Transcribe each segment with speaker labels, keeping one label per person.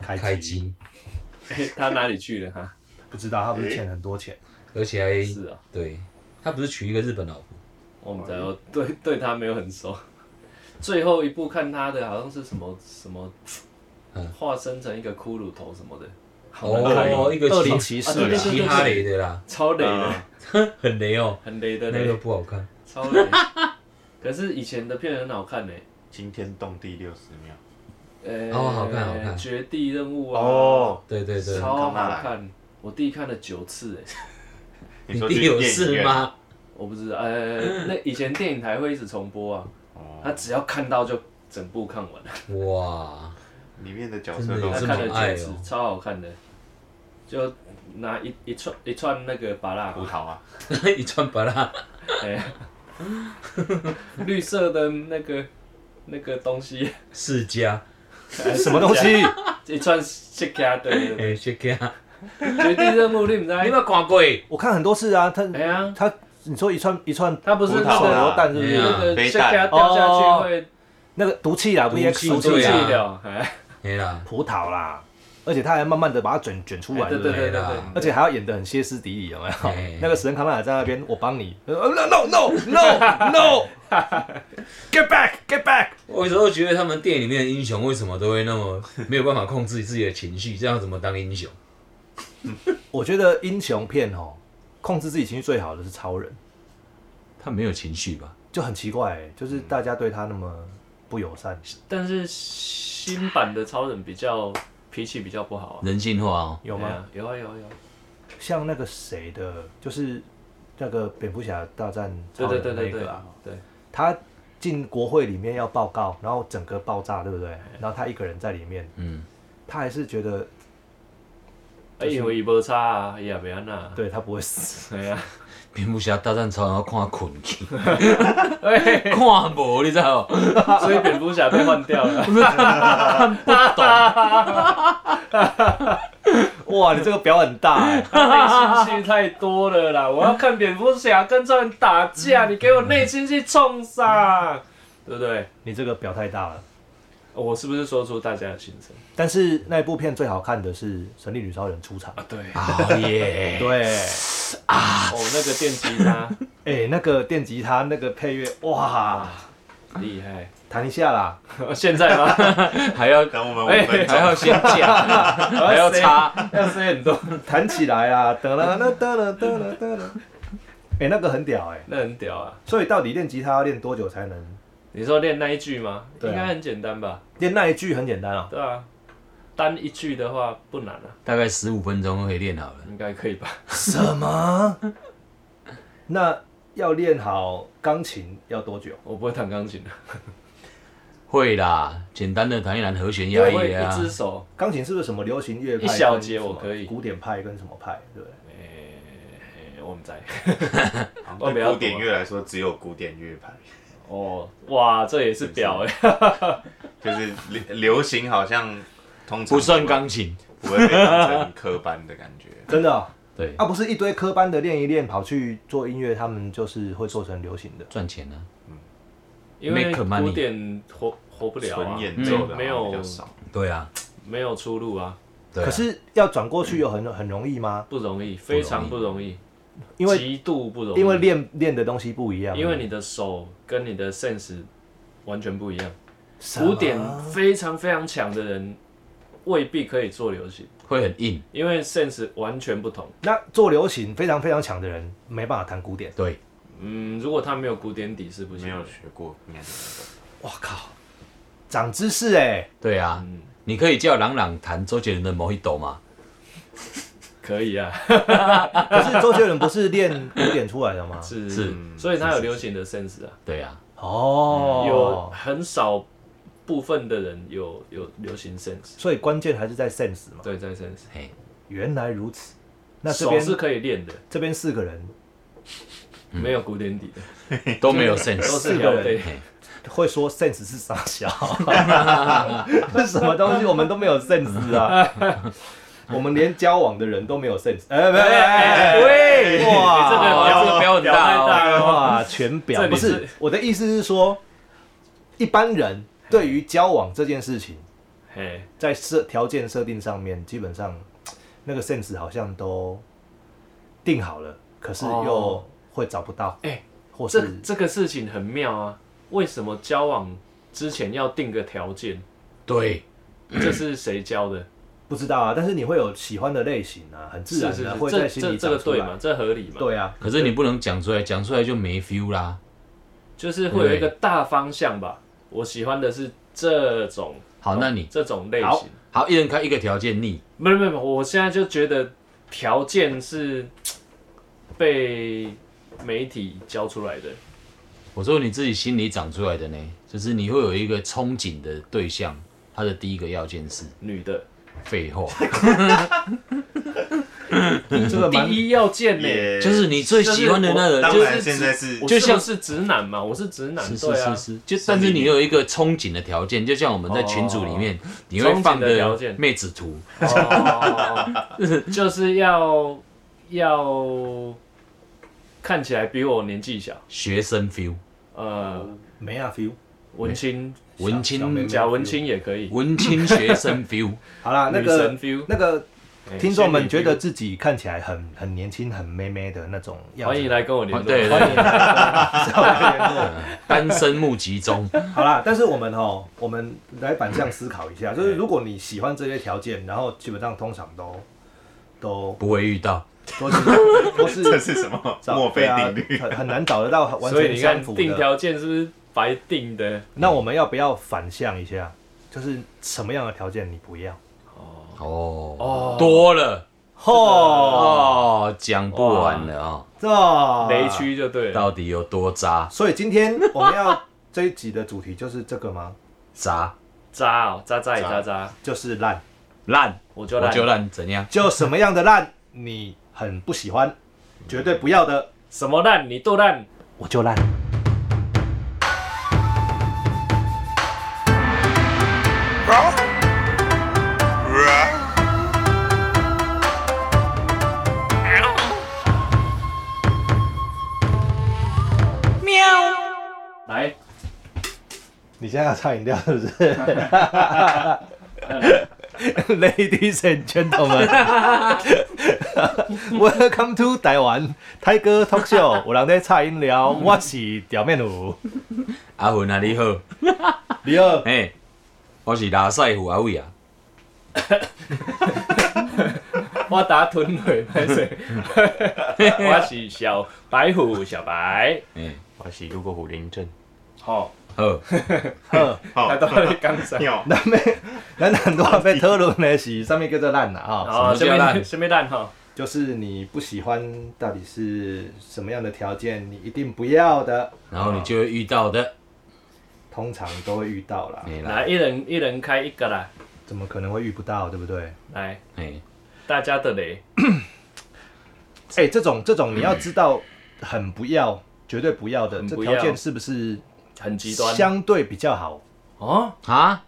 Speaker 1: 台
Speaker 2: 开
Speaker 1: 积，
Speaker 2: 机，
Speaker 3: 他哪里去了哈？
Speaker 1: 不知道他不是欠很多钱，
Speaker 2: 而且还
Speaker 3: 是啊，
Speaker 2: 对他不是娶一个日本老婆，
Speaker 3: 我们在
Speaker 2: 哎
Speaker 3: 对对他没有很熟。最后一部看他的好像是什么什么
Speaker 2: 嗯，
Speaker 3: 化身成一个骷髅头什么的，好
Speaker 4: 哎
Speaker 3: 难看哦，
Speaker 2: 哦，一个
Speaker 1: 恶灵
Speaker 2: 骑
Speaker 1: 骑
Speaker 3: 啊
Speaker 1: 士啦
Speaker 3: 对对对
Speaker 2: 骑哈雷的啦，
Speaker 3: 超雷的，
Speaker 4: 啊
Speaker 2: 很雷哦，
Speaker 3: 很雷的
Speaker 2: 那个
Speaker 3: 嘞，
Speaker 2: 不好看。
Speaker 3: 超雷。 可是以前的片很好看呢，
Speaker 4: 惊天动地六十秒。
Speaker 3: 呃，
Speaker 2: 哦好看好看
Speaker 3: 绝地任务啊，
Speaker 4: 哦，
Speaker 2: 对对对，
Speaker 3: 超好看，我弟看了九次哎。
Speaker 2: 你
Speaker 4: 你说
Speaker 2: 弟
Speaker 4: 去
Speaker 2: 有
Speaker 4: 电影
Speaker 2: 事
Speaker 4: 院？
Speaker 2: 吗？
Speaker 3: 我不知道，呃，那以前电影台会一直重播啊，他
Speaker 4: 哦，
Speaker 3: 只要看到就整部看完了，
Speaker 2: 哇，
Speaker 4: 里面的角
Speaker 2: 真的
Speaker 4: 色
Speaker 2: 有
Speaker 3: 他
Speaker 4: 都
Speaker 2: 这
Speaker 4: 是
Speaker 2: 么
Speaker 3: 看了
Speaker 2: 爱
Speaker 3: 九次
Speaker 2: 哦，
Speaker 3: 超好看的，就拿一一串一串那个芭拉
Speaker 4: 葡萄啊，
Speaker 2: 一串巴拉，
Speaker 3: 哎，绿色的那个那个东西，
Speaker 2: 世家，
Speaker 1: 什么东 西？
Speaker 3: 一串切卡的，对
Speaker 2: 哎，去给他，
Speaker 3: 绝地任务你不知道
Speaker 2: 你有没？有看过？
Speaker 1: 我看很多次啊，他
Speaker 3: 哎呀，
Speaker 1: 他你说一串一串
Speaker 3: 他不是
Speaker 4: 葡
Speaker 3: 那
Speaker 4: 萄
Speaker 1: 手
Speaker 4: 啊
Speaker 3: 个
Speaker 1: 榴弹是不
Speaker 2: 哎呀
Speaker 1: 是？
Speaker 3: 那个
Speaker 4: 飞
Speaker 3: 切
Speaker 4: 弹
Speaker 3: 卡掉
Speaker 1: 哦
Speaker 3: 下去会
Speaker 1: 那个毒气啦，不也
Speaker 2: 毒气
Speaker 1: 毒
Speaker 3: 出
Speaker 2: 对
Speaker 1: 气
Speaker 3: 气
Speaker 2: 啊
Speaker 3: 掉，哎，
Speaker 2: 没啦，
Speaker 1: 葡萄啦，而且他还慢慢的把它卷卷出来，
Speaker 3: 哎对
Speaker 1: 不啊
Speaker 3: 对
Speaker 2: 对
Speaker 3: 对对对
Speaker 2: 啦，
Speaker 1: 而且还要演得很歇斯底里，有没
Speaker 2: 哎
Speaker 1: 有？那个史恩康纳尔在那边，我帮你呃，no no no no，get back get back，
Speaker 2: 我有时候觉得他们电影里面的英雄为什么都会那么没有办法控制自己的情绪，这样怎么当英雄？
Speaker 1: 我觉得英雄片哦，控制自己情绪最好的是超人，
Speaker 2: 他没有情绪吧？
Speaker 1: 就很奇怪、欸就是大家对他那么不友善，
Speaker 3: 但是新版的超人比较脾气比较不好啊。
Speaker 2: 人性化哦，
Speaker 1: 有吗？
Speaker 3: 哎呀？有啊有啊有啊。
Speaker 1: 像那个谁的，就是那个蝙蝠侠大战
Speaker 3: 对
Speaker 1: 超
Speaker 3: 对
Speaker 1: 人
Speaker 3: 对
Speaker 1: 的
Speaker 3: 对
Speaker 1: 那
Speaker 3: 对
Speaker 1: 个啊，
Speaker 3: 对，
Speaker 1: 他进国会里面要报告，然后整个爆炸，对不对？然后他一个人在里面，
Speaker 2: 嗯，
Speaker 1: 他还是觉得
Speaker 3: 哎，因为伊无差啊，伊也袂安那，
Speaker 1: 对他不会死，
Speaker 3: 系啊，
Speaker 2: 蝙蝠侠大战超人要看困 去，
Speaker 3: 哎
Speaker 2: 看无你知道吗？
Speaker 3: 所以蝙蝠侠被换掉了，
Speaker 1: 哇，你这个表很大、欸，
Speaker 3: 内心戏太多了啦！我要看蝙蝠侠跟超人打架，你给我内心戏冲啥？对不对？哦
Speaker 1: 你这个表太大了。
Speaker 3: 我是不是说出大家的心声
Speaker 1: 但是那部片最好看的是神力女超人出场，
Speaker 3: 啊？对，
Speaker 2: 好耶！
Speaker 1: 对，
Speaker 3: 哦，那个电吉 他
Speaker 1: 哎、那个电吉他那个配乐，哇，
Speaker 3: 厉害，哦
Speaker 1: 弹一下 啦，
Speaker 3: 现在吗？
Speaker 2: 还要
Speaker 4: 等我们
Speaker 3: 哎
Speaker 4: 五分钟
Speaker 2: 还。要先 讲，还要插，
Speaker 3: 要塞很多，
Speaker 1: 呃弹起来啦，噔啦啦噔啦噔啦噔啦， 哎、那个很屌哎、
Speaker 3: 那很屌啊！
Speaker 1: 所以到底练吉他要练多久才能？
Speaker 3: 你说练那一句吗？
Speaker 1: 对啊
Speaker 3: 应该很简单吧？
Speaker 1: 练那一句很简单 啊，
Speaker 3: 对啊，单一句的话不难啊，
Speaker 2: 大概十五分钟可以练好了。
Speaker 3: 应该可以吧？
Speaker 1: 什么？那要练好钢琴要多久？
Speaker 3: 我不会弹钢琴的，
Speaker 2: 会啦，简单的弹一弹和弦
Speaker 3: 因
Speaker 2: 压
Speaker 3: 为我会
Speaker 2: 抑
Speaker 3: 一
Speaker 2: 啊，
Speaker 3: 只手，
Speaker 1: 钢琴是不是什么流行乐派？
Speaker 3: 一小节我可以
Speaker 1: 古典派跟什么派，对不对？
Speaker 3: 诶哎我们在。我们
Speaker 4: 对
Speaker 3: 要
Speaker 4: 古典乐来说，只有古典乐牌，
Speaker 3: 哦，哇，这也是表哎，
Speaker 4: 就是流流行好像通常
Speaker 2: 不算钢琴。
Speaker 4: 不会被当成科班的感觉。
Speaker 1: 真的哦、
Speaker 2: 对，
Speaker 1: 啊，不是一堆科班的练一练，跑去做音乐，他们就是会做成流行的。
Speaker 2: 赚钱啊，
Speaker 3: 因为
Speaker 2: Make money
Speaker 3: 古典活活 不了啊，
Speaker 4: 纯演
Speaker 3: 没
Speaker 4: 奏
Speaker 3: 有
Speaker 4: 的
Speaker 3: 没
Speaker 4: 好像比较
Speaker 3: 有
Speaker 4: 少，
Speaker 2: 对啊，
Speaker 3: 没有出路啊，
Speaker 2: 对啊。
Speaker 1: 可是要转过去又很很容易吗？
Speaker 3: 不容易，非常不容易，
Speaker 1: 因为
Speaker 3: 极度不容易，
Speaker 1: 因为练练的东西不一样，啊
Speaker 3: 因为你的手跟你的 sense 完全不一样，
Speaker 1: 什么啊
Speaker 3: 古典非常非常强的人未必可以做流行，
Speaker 2: 会很硬，
Speaker 3: 因为 sense 完全不同。
Speaker 1: 那做流行非常非常强的人没办法弹古典。
Speaker 2: 对，
Speaker 3: 嗯，如果他没有古典底是不
Speaker 4: 没
Speaker 3: 行
Speaker 4: 有
Speaker 3: 的，
Speaker 4: 学过，应该是
Speaker 1: 哇靠，长知识哎、
Speaker 2: 对啊，
Speaker 3: 嗯
Speaker 2: 你可以叫朗朗弹周杰伦的《某一朵》吗？
Speaker 3: 可以啊，？
Speaker 1: 可是周杰伦不是练古典出来的吗
Speaker 3: 是
Speaker 2: 是
Speaker 3: 所以他有流行的 sense 啊。
Speaker 2: 对啊，
Speaker 1: 哦，
Speaker 3: 嗯有很少部分的人有有流行 sense，
Speaker 1: 所以关键还是在 sense 嘛。
Speaker 3: 对，在 sense，
Speaker 2: 嘿，
Speaker 1: 原来如此，那这
Speaker 3: 手
Speaker 1: 边
Speaker 3: 是可以练的，
Speaker 1: 这边四个人
Speaker 3: 没有古典底的，
Speaker 1: 嗯
Speaker 2: 都没有
Speaker 3: 都
Speaker 2: sense。
Speaker 3: 是要背。
Speaker 1: 会说 sense 是傻 小，这什么东西？我们都没有 sense 啊， 我们连交往的人都没有 sense。哎，喂
Speaker 3: 哎喂
Speaker 1: 哇，
Speaker 3: 你哎这个
Speaker 2: 哇
Speaker 3: 表
Speaker 2: 这个标很大哦
Speaker 3: 表太大了，
Speaker 1: 哇，全表
Speaker 3: 这
Speaker 1: 不
Speaker 3: 里是
Speaker 1: 是我的意思是说，一般人对于交往这件事情
Speaker 3: 哎，
Speaker 1: 在设条件设定上面，基本上那个 sense 好像都定好了，可是又
Speaker 3: 哦
Speaker 1: 会找不到。
Speaker 3: 哎
Speaker 1: 或
Speaker 3: 这
Speaker 1: 是
Speaker 3: 这个事情很妙啊，为什么交往之前要定个条件？
Speaker 2: 对，
Speaker 1: 嗯
Speaker 3: 这是谁教的？
Speaker 1: 不知道啊，但是你会有喜欢的类型啊，很自
Speaker 3: 是
Speaker 1: 然
Speaker 3: 是
Speaker 1: 的
Speaker 3: 是，
Speaker 1: 会
Speaker 3: 这
Speaker 1: 在心
Speaker 3: 这
Speaker 1: 里
Speaker 3: 这
Speaker 1: 长
Speaker 3: 个
Speaker 1: 出
Speaker 3: 对
Speaker 1: 来。
Speaker 3: 嘛？这合理嘛？
Speaker 1: 对啊，
Speaker 2: 可是你不能讲出来，讲出来就没 feel 啦。
Speaker 3: 就是会有一个大方向吧。我喜欢的是这种
Speaker 2: 好，那你
Speaker 3: 这种类
Speaker 1: 好
Speaker 3: 型。
Speaker 2: 好，一人开一个条件，你
Speaker 3: 没有没有没有，我现在就觉得条件是被媒体教出来的。
Speaker 2: 我说你自己心里长出来的呢，就是你会有一个憧憬的对象，他的第一个要件是
Speaker 3: 女的，
Speaker 2: 废 话，
Speaker 1: 这个蛮
Speaker 3: 第一要件呢、
Speaker 4: 也
Speaker 2: 就是你最喜欢的那个，
Speaker 4: 当
Speaker 2: 就
Speaker 4: 然
Speaker 3: 就是
Speaker 4: 现在是
Speaker 3: 我
Speaker 2: 就是像
Speaker 3: 不是直男嘛？我是直男，
Speaker 2: 是是
Speaker 3: 对啊
Speaker 2: 是，是，就但是你有一个憧憬的条件，就像我们在群组里
Speaker 1: 哦
Speaker 2: 面，你会放
Speaker 3: 憧憬的条件
Speaker 2: 妹子图，
Speaker 3: 哦，就是要要看起来比我年纪小，
Speaker 2: 学生 feel，
Speaker 3: 呃，
Speaker 1: 没啊 feel。
Speaker 3: 文青，
Speaker 2: 文
Speaker 1: 小妹
Speaker 2: 青
Speaker 1: 妹
Speaker 3: 假文青也可以，
Speaker 2: 文青学生 feel，
Speaker 1: 好啦，啊那
Speaker 3: 女
Speaker 1: 个
Speaker 3: 神 feel。
Speaker 1: 那个
Speaker 3: 哎
Speaker 1: 听众们觉
Speaker 3: 仙
Speaker 1: 得
Speaker 3: 女 feel
Speaker 1: 自己看起来很很年轻、很妹妹的啊那种样子，
Speaker 3: 欢迎来跟我联
Speaker 2: 哦
Speaker 3: 络，
Speaker 2: 对
Speaker 3: 欢迎
Speaker 2: 对，
Speaker 1: 稍微联络
Speaker 2: 单身募集中，
Speaker 1: 好啦，但是我们哦，我们来反向思考一下，就是如果你喜欢这些条件，然后基本上通常都都
Speaker 2: 不会遇到，
Speaker 1: 都 是都
Speaker 4: 这
Speaker 1: 是
Speaker 4: 是什么？
Speaker 1: 找
Speaker 4: 墨菲
Speaker 1: 对啊
Speaker 4: 定律。
Speaker 1: 很很难找得到完
Speaker 3: 所以
Speaker 1: 全
Speaker 3: 你看
Speaker 1: 相符
Speaker 3: 定
Speaker 1: 的。
Speaker 3: 条件是不是白定的？
Speaker 1: 那我们要不要反向一下？就是什么样的条件你不要？
Speaker 2: 哦
Speaker 3: 哦
Speaker 2: 多了
Speaker 1: 吼，
Speaker 2: 哦，讲不完了啊、
Speaker 1: 这
Speaker 3: 雷。区就对了。
Speaker 2: 到底有多渣
Speaker 1: 所以今天我们要这一集的主题就是这个吗？
Speaker 2: 渣
Speaker 3: 渣哦，渣渣也渣渣，
Speaker 1: 就是烂，
Speaker 2: 烂，
Speaker 3: 我就
Speaker 2: 我
Speaker 3: 烂。
Speaker 2: 就烂，怎样？
Speaker 1: 就什么样的烂你很不喜欢，绝对不要的，
Speaker 3: 什么烂？你都烂。
Speaker 1: 我就烂。
Speaker 3: 来，
Speaker 1: 你现在要唱饮料是不是？Ladies and gentlemen, welcome to 台湾泰哥 talk show。有人在唱饮料，
Speaker 3: 嗯
Speaker 1: 我是表面舞。
Speaker 2: 阿云啊，你好，
Speaker 1: 你好，
Speaker 2: 哎、我是拉塞虎阿伟啊，
Speaker 3: 我打臀腿拍水。 我是小白虎，小白。
Speaker 2: 哎、
Speaker 5: 我是路过虎林镇，
Speaker 3: 好，
Speaker 2: 好，
Speaker 1: 呵
Speaker 4: 好
Speaker 2: 哦
Speaker 3: 他到底刚 才。
Speaker 4: 哦 尿
Speaker 1: 咱要咱很多人被讨论的是上面叫做烂啦啊，
Speaker 3: 哦，
Speaker 2: 什
Speaker 3: 什
Speaker 2: 么叫烂
Speaker 3: 么什么烂哈？
Speaker 1: 就是你不喜欢到底是什么样的条件，你一定不要的，
Speaker 2: 然后你就会遇到的，
Speaker 1: 通常都会遇到啦
Speaker 2: 哎、，来，
Speaker 3: 来，一人一人开一个啦。
Speaker 1: 怎么可能会遇不到，对不对？
Speaker 3: 来，
Speaker 2: 哎、
Speaker 3: 大家的雷。
Speaker 1: 哎、这种这种你要知道，很不要，绝对不要的，
Speaker 3: 嗯很
Speaker 1: 这
Speaker 3: 不要
Speaker 1: 条件是不是
Speaker 3: 很极端
Speaker 1: 相对比较好
Speaker 3: 哦，
Speaker 2: 啊，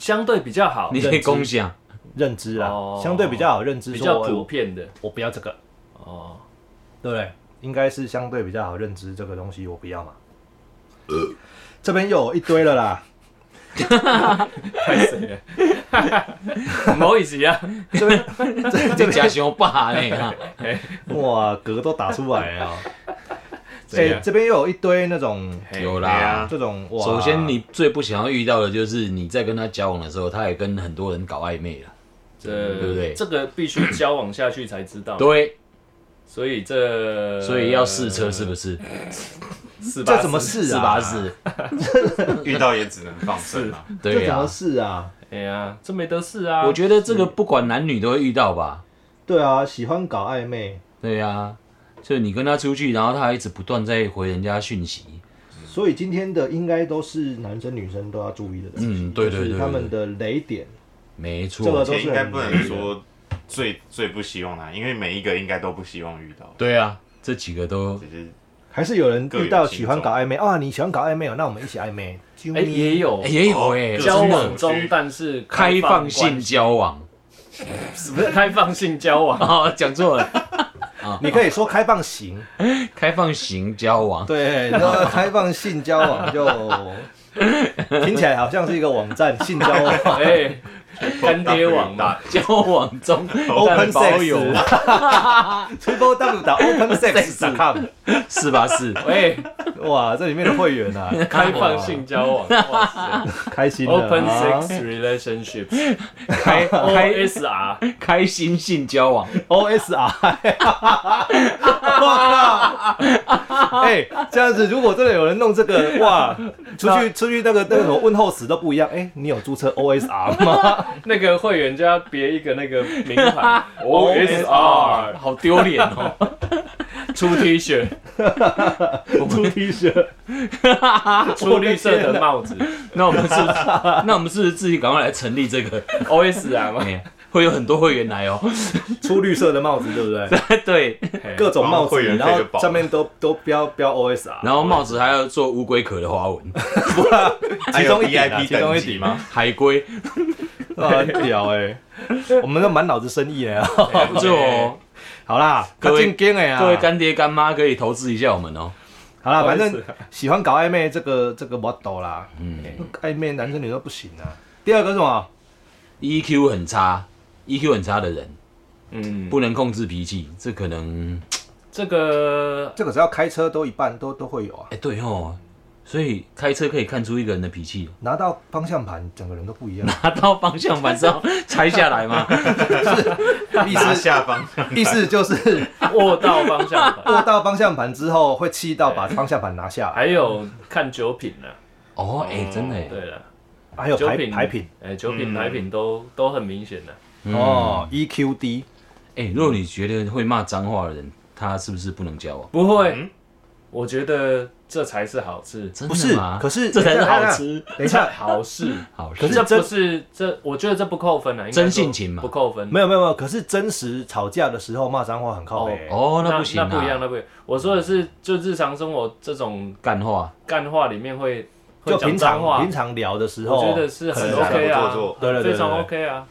Speaker 3: 相对比较好，
Speaker 2: 你可以共 享，
Speaker 1: 认知啊？
Speaker 3: 哦
Speaker 1: 相对比较好认知
Speaker 3: 比
Speaker 1: 说，
Speaker 3: 较
Speaker 1: 哎
Speaker 3: 普
Speaker 1: 我
Speaker 3: 遍的
Speaker 1: 我不要这个，
Speaker 3: 哦。
Speaker 1: 对不对？应该是相对比较好认知这个东西，我不要嘛。这边又有一堆了啦，
Speaker 3: 太水了，不好意思啊，
Speaker 1: 这边这这
Speaker 2: 你假
Speaker 1: 边
Speaker 2: 熊霸呢、啊，
Speaker 1: 哇嗝都打出来了啊！哎、
Speaker 3: 怎样
Speaker 1: 这边又有一堆那种
Speaker 3: 嘿
Speaker 2: 有
Speaker 4: 哎
Speaker 2: 啦
Speaker 4: 呀。
Speaker 1: 这种哇，
Speaker 2: 首先，你最不想要遇到的就是你在跟他交往的时候，他也跟很多人搞暧昧了。
Speaker 3: 这
Speaker 2: 对不对
Speaker 3: 这个必须交往下去才知道，
Speaker 2: 对，
Speaker 3: 所以这
Speaker 2: 所以要试车是不
Speaker 3: 是？
Speaker 2: 是？
Speaker 3: 四八
Speaker 1: 这怎么
Speaker 3: 四？
Speaker 1: 试
Speaker 2: 是
Speaker 1: 啊？
Speaker 2: 吧？是，
Speaker 4: 遇到也只能放生啊，
Speaker 1: 这
Speaker 2: 对
Speaker 1: 怎
Speaker 2: 啊
Speaker 1: 么。试啊？
Speaker 3: 哎呀，这没得试啊！
Speaker 2: 我觉得这个不管男女都会遇到吧。
Speaker 1: 对啊，喜欢搞暧昧，
Speaker 2: 对啊，就你跟他出去，然后他还一直不断在回人家讯息，
Speaker 1: 所以今天的应该都是男生女生都要注意的东西，
Speaker 2: 嗯对对
Speaker 1: 就是
Speaker 2: 对
Speaker 1: 他们的雷点，
Speaker 2: 没
Speaker 1: 这个
Speaker 2: 错
Speaker 1: 都。
Speaker 4: 且
Speaker 1: 是
Speaker 4: 应该不能说最最不希望啦，因为每一个应该都不希望遇到，
Speaker 2: 对啊，这几个都
Speaker 4: 只是
Speaker 1: 还是有人遇到
Speaker 4: 各有轻重
Speaker 1: 喜欢搞暧昧啊，你喜欢搞暧昧哦，那我们一起暧昧，啾
Speaker 3: 哎也有
Speaker 2: 哎也有哎，
Speaker 4: 哦
Speaker 3: 交
Speaker 2: 真
Speaker 3: 往
Speaker 2: 的
Speaker 3: 中，但是
Speaker 2: 开放
Speaker 3: 放
Speaker 2: 性交往
Speaker 3: 什么开放性交往？
Speaker 2: 哦，讲错了，
Speaker 1: 你可以说开放型，
Speaker 2: 开放型交往。
Speaker 1: 对，那开放性交往就听起来好像是一个网站性交 往
Speaker 3: 哎，干爹网嘛，
Speaker 2: 交往中
Speaker 1: ，Open
Speaker 2: 包邮
Speaker 1: Sex，Triple W 打 Open Sex.com，
Speaker 2: 是吧？ 是，
Speaker 3: 哎，
Speaker 1: 哇，这里面的会员 啊，
Speaker 3: 开放性交往，哇塞
Speaker 1: 开心的啊
Speaker 3: ，Open Sex Relationship
Speaker 2: 开开
Speaker 3: OSR，
Speaker 2: 开心性交往，
Speaker 1: OSR，我靠！哎，这样子如果真的有人弄这个， 哇，出去出去那个那个什么问候词都不一样。哎，你有注册 OSR 吗？
Speaker 3: 那个会员就要别一个那个名 牌 OSR
Speaker 2: 好丢脸哦！
Speaker 3: 出 T 恤，
Speaker 1: 出 T 恤，
Speaker 3: 出绿色的帽子
Speaker 1: 啊
Speaker 2: 那我们是， 那我们是不是自己赶快来成立这 个？
Speaker 3: ，OSR 嘛，
Speaker 2: 哎会有很多会员来哦。
Speaker 1: 出绿色的帽子，对不对？
Speaker 2: 对，
Speaker 1: 各种帽
Speaker 4: 帮
Speaker 1: 子，
Speaker 4: 会员
Speaker 1: 然
Speaker 4: 配个
Speaker 1: 后
Speaker 4: 宝
Speaker 1: 上面都都标标 OSR，
Speaker 2: 然后帽子还要做乌龟壳的花 纹，
Speaker 1: 其中一点啊，
Speaker 4: 还有 VIP
Speaker 1: 其中一
Speaker 4: 等级
Speaker 1: 点
Speaker 4: 吗？
Speaker 2: 海龟，
Speaker 1: 啊，很屌哎！ 我们都满脑子生意哎。
Speaker 2: 不错哦。
Speaker 1: 好啦，
Speaker 2: 各位
Speaker 1: 较正经的啊，
Speaker 2: 各位干爹干妈可以投资一下我们哦。
Speaker 1: 好啦，反正
Speaker 3: OSR
Speaker 1: 喜欢搞暧昧这个这个 model 啦，嗯，暧昧男生女生不行啊。第二个是什么？
Speaker 2: EQ E 很差，EQ 很差的人
Speaker 4: 嗯，
Speaker 2: 不能控制脾气，这可能
Speaker 3: 这个
Speaker 1: 这个只要开车都一半都都会有啊
Speaker 2: 哎、。对哦，所以开车可以看出一个人的脾气。哦
Speaker 1: 拿到方向盘，整个人都不一样。
Speaker 2: 拿到方向盘 是要拆下来吗？
Speaker 1: 啊意
Speaker 4: 拿
Speaker 1: 思
Speaker 4: 下方
Speaker 1: 意思就是
Speaker 3: 握到方向盘，
Speaker 1: 握到方向盘之后会气到把方向盘拿下来，
Speaker 3: 还有看酒品呢，
Speaker 2: 哦，哎、真的哎，
Speaker 3: 对了。
Speaker 1: 还有
Speaker 3: 酒
Speaker 1: 牌
Speaker 3: 品
Speaker 1: 牌品
Speaker 3: 哎，酒品
Speaker 4: 嗯
Speaker 3: 牌品都都很明显的。
Speaker 1: 哦，EQ 低，
Speaker 2: 哎、如果你觉得会骂脏话的人，他是不是不能交往？
Speaker 3: 不会
Speaker 4: 嗯，
Speaker 3: 我觉得这才是好事，
Speaker 2: 真
Speaker 1: 不是
Speaker 2: 的吗？？
Speaker 1: 可是
Speaker 2: 这才是好
Speaker 1: 等一下。
Speaker 2: 吃，
Speaker 1: 等一下，
Speaker 3: 好事。
Speaker 2: 好吃。
Speaker 1: 可
Speaker 3: 这
Speaker 1: 是
Speaker 3: 不
Speaker 1: 真
Speaker 3: 是这，我觉得这不扣分啊，应该
Speaker 2: 真
Speaker 3: 说
Speaker 2: 性情嘛
Speaker 3: 不扣分。
Speaker 1: 没有没有没有，可是真实吵架的时候骂脏话很靠北。
Speaker 2: 哦，
Speaker 3: 那
Speaker 2: 那不行
Speaker 3: 那不一样，
Speaker 2: 啊，
Speaker 3: 那不一样。我说的是，就日常生活这种
Speaker 2: 干话。
Speaker 3: 干话里面会会
Speaker 1: 就
Speaker 3: 讲
Speaker 1: 平
Speaker 3: 脏
Speaker 1: 常
Speaker 3: 话
Speaker 1: 平，常聊的时候，
Speaker 3: 我觉得是很
Speaker 1: 可能
Speaker 3: OK
Speaker 4: 不
Speaker 3: 啊
Speaker 4: 做作，
Speaker 1: 对对对对
Speaker 3: 非常 OK 啊。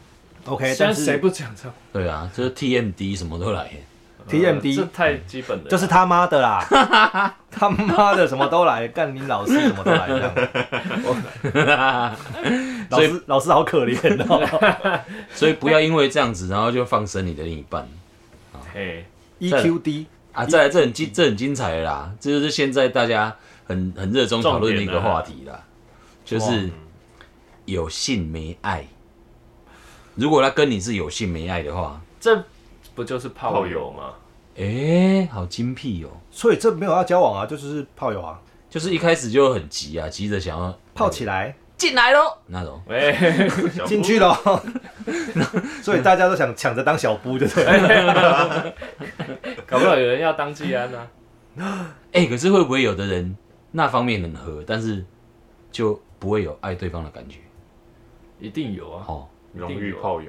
Speaker 1: OK，
Speaker 3: 现在
Speaker 1: 但
Speaker 3: 谁
Speaker 1: 是
Speaker 3: 不讲脏话
Speaker 2: 对啊，就是 TMD 什么都来，
Speaker 3: 呃这
Speaker 1: TMD
Speaker 3: 太基本了。
Speaker 1: 就是他妈的 啦，他妈的什么都来，干你老师什么都来这样。老
Speaker 2: 所以
Speaker 1: 师老师好可怜哦。
Speaker 2: 所以不要因为这样子，然后就放生你的另一半
Speaker 3: 嘿，
Speaker 1: EQ 低，
Speaker 2: 啊！再来，这很精，这很精彩了啦，这就是现在大家很很热衷讨论的一个
Speaker 3: 重点啊
Speaker 2: 话题啦，就是有性没爱。如果他跟你是有性没爱的话，
Speaker 3: 这不就是炮
Speaker 4: 炮
Speaker 3: 友
Speaker 4: 友
Speaker 3: 吗？
Speaker 2: 哎、好精辟哦、
Speaker 1: 所以这没有要交往啊，就是炮友啊，
Speaker 2: 就是一开始就很急啊，急着想要
Speaker 1: 泡起来
Speaker 2: 进来喽那种。
Speaker 3: 哎，
Speaker 4: 小
Speaker 1: 进去了，
Speaker 3: 哦
Speaker 1: 所以大家都想抢着当小布，对不对？
Speaker 3: 哎搞不好有人要当季安啊。
Speaker 2: 哎、可是会不会有的人那方面很合，但是就不会有爱对方的感觉？
Speaker 3: 一定 有啊，
Speaker 2: 哦，
Speaker 4: 荣誉炮友，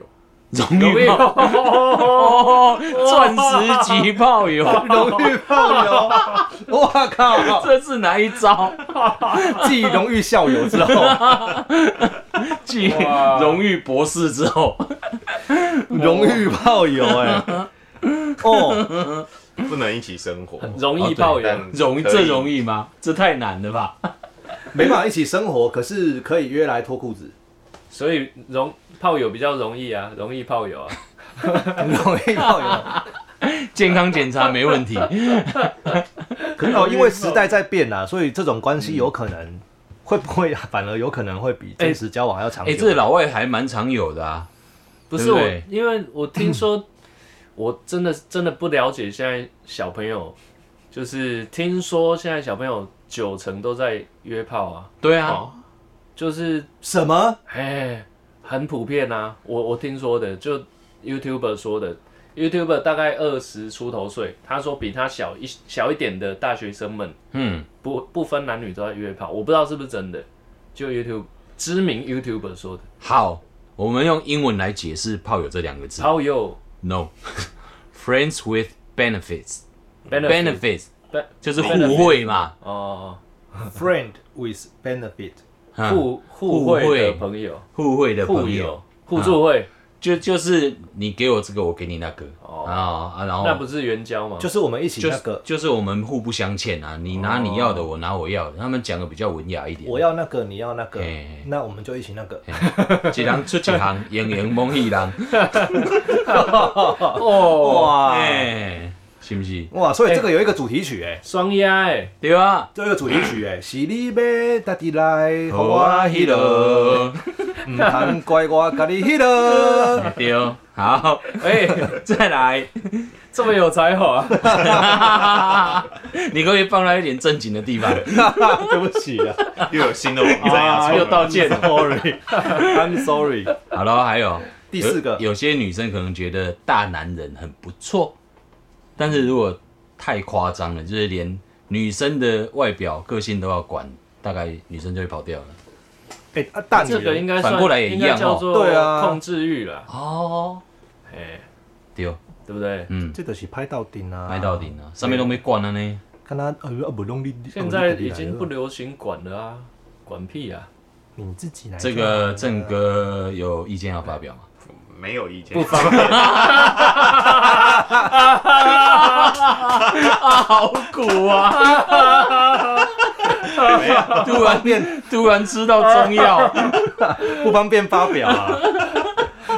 Speaker 2: 荣
Speaker 3: 有没
Speaker 2: 誉
Speaker 3: 有？
Speaker 2: 炮哦，钻石级炮友，
Speaker 1: 荣誉炮友，我 靠！
Speaker 2: 这是哪一招？
Speaker 1: 继荣誉校友之后，
Speaker 2: 继
Speaker 3: 哇
Speaker 2: 荣誉博士之后，
Speaker 1: 荣誉炮友， 哎，哦，
Speaker 4: 不能一起生活，
Speaker 3: 容易爆友，
Speaker 4: 但
Speaker 2: 容
Speaker 4: 可以
Speaker 2: 这容易吗？这太难了吧？
Speaker 1: 没办法一起生活，可是可以约来脱裤 子，
Speaker 3: 所以容炮友比较容易啊，容易炮友啊。
Speaker 1: 荣 誉炮友。
Speaker 2: 健康检查没问题，
Speaker 1: 可是哦，因为时代在变啦，所以这种关系有可能会不会反而有可能会比真实交往还要长
Speaker 2: 哎、
Speaker 1: 久？
Speaker 2: 这老外还蛮常有的啊。
Speaker 3: 不是
Speaker 2: 对不
Speaker 3: 我
Speaker 2: 对，嗯
Speaker 3: 因为我听说，我真的真的不了解现在小朋友，就是听说现在小朋友九成都在约炮啊，
Speaker 2: 对啊，
Speaker 4: 哦
Speaker 3: 就是
Speaker 1: 什么？
Speaker 3: 哎，很普遍啊。我我听说的，就 YouTuber 说的，YouTuber 大概二十出头岁，他说比他小一小一点的大学生们，
Speaker 2: 嗯，
Speaker 3: 不不分男女都在约炮，我不知道是不是真的，就 YouTube 知名 YouTuber 说的，
Speaker 2: 好，我们用英文来解释“炮友”这两个字。
Speaker 3: 超有
Speaker 2: No, friends with benefits.
Speaker 3: benefit
Speaker 2: Benefits
Speaker 3: 被
Speaker 2: 就是互惠嘛。
Speaker 3: 哦，
Speaker 1: friend with benefit，
Speaker 2: 嗯
Speaker 3: 互互
Speaker 2: 互惠
Speaker 3: 惠的朋友，
Speaker 2: 互惠的
Speaker 3: 互
Speaker 2: 朋友啊
Speaker 3: 友，互助会，
Speaker 2: 就就是你给我这个，我给你那个
Speaker 3: 哦
Speaker 2: 啊啊，然后
Speaker 3: 那不是援交吗？
Speaker 1: 就是我们一起
Speaker 2: 就
Speaker 1: 那
Speaker 2: 是
Speaker 1: 个，
Speaker 2: 就是我们互不相欠啊，你拿你要的，我拿我要的，他们讲的比较文雅一点。
Speaker 1: 我要那个，你要那个
Speaker 2: 哎，
Speaker 1: 那我们就一起那个。
Speaker 2: 一人出一 行，用用蒙一人，
Speaker 3: 哦，
Speaker 1: 哇
Speaker 2: 哎，是不是？
Speaker 1: 哇，所以这个有一个主题曲哎，
Speaker 3: 双压哎，
Speaker 2: 对啊，
Speaker 1: 这个主题曲 哎，是你要家己来，嗯
Speaker 2: 好啊，迄，落，
Speaker 1: 唔通怪我家己迄落。
Speaker 2: 对，好，
Speaker 3: 哎，
Speaker 2: 再来，
Speaker 3: 这么有才 华，
Speaker 2: 你可不可以放到一点正经的地方。
Speaker 1: 对不起啊，
Speaker 4: 又有新的网站要
Speaker 1: 啊
Speaker 4: 冲
Speaker 1: 又
Speaker 4: 了。
Speaker 1: 道 歉，sorry，I'm sorry。
Speaker 2: 好了，还有
Speaker 1: 第四个
Speaker 2: 有，有些女生可能觉得大男人很不错，但是如果太夸张了，就是连女生的外表、个性都要管，大概女生就会跑掉了。
Speaker 1: 哎，啊大女
Speaker 3: 这个应
Speaker 1: 人，
Speaker 3: 该算
Speaker 2: 反过来也一样哦
Speaker 3: 应该叫做
Speaker 1: 对啊
Speaker 3: 控制欲啦，
Speaker 2: 哦，
Speaker 3: 哎，
Speaker 2: 对哦，
Speaker 3: 对不对？
Speaker 2: 嗯，
Speaker 1: 这就是拍到顶啊，
Speaker 2: 拍到顶了，上面都没管了呢。
Speaker 1: 看他呃啊不弄你，
Speaker 3: 现在已经不流行管了啊，管屁啊！
Speaker 1: 你自己来。啊
Speaker 2: 这个郑哥有意见要发表吗？
Speaker 4: 没有意见，
Speaker 2: 好苦啊！突然变，突然吃到中药，
Speaker 1: 不方便发表 啊。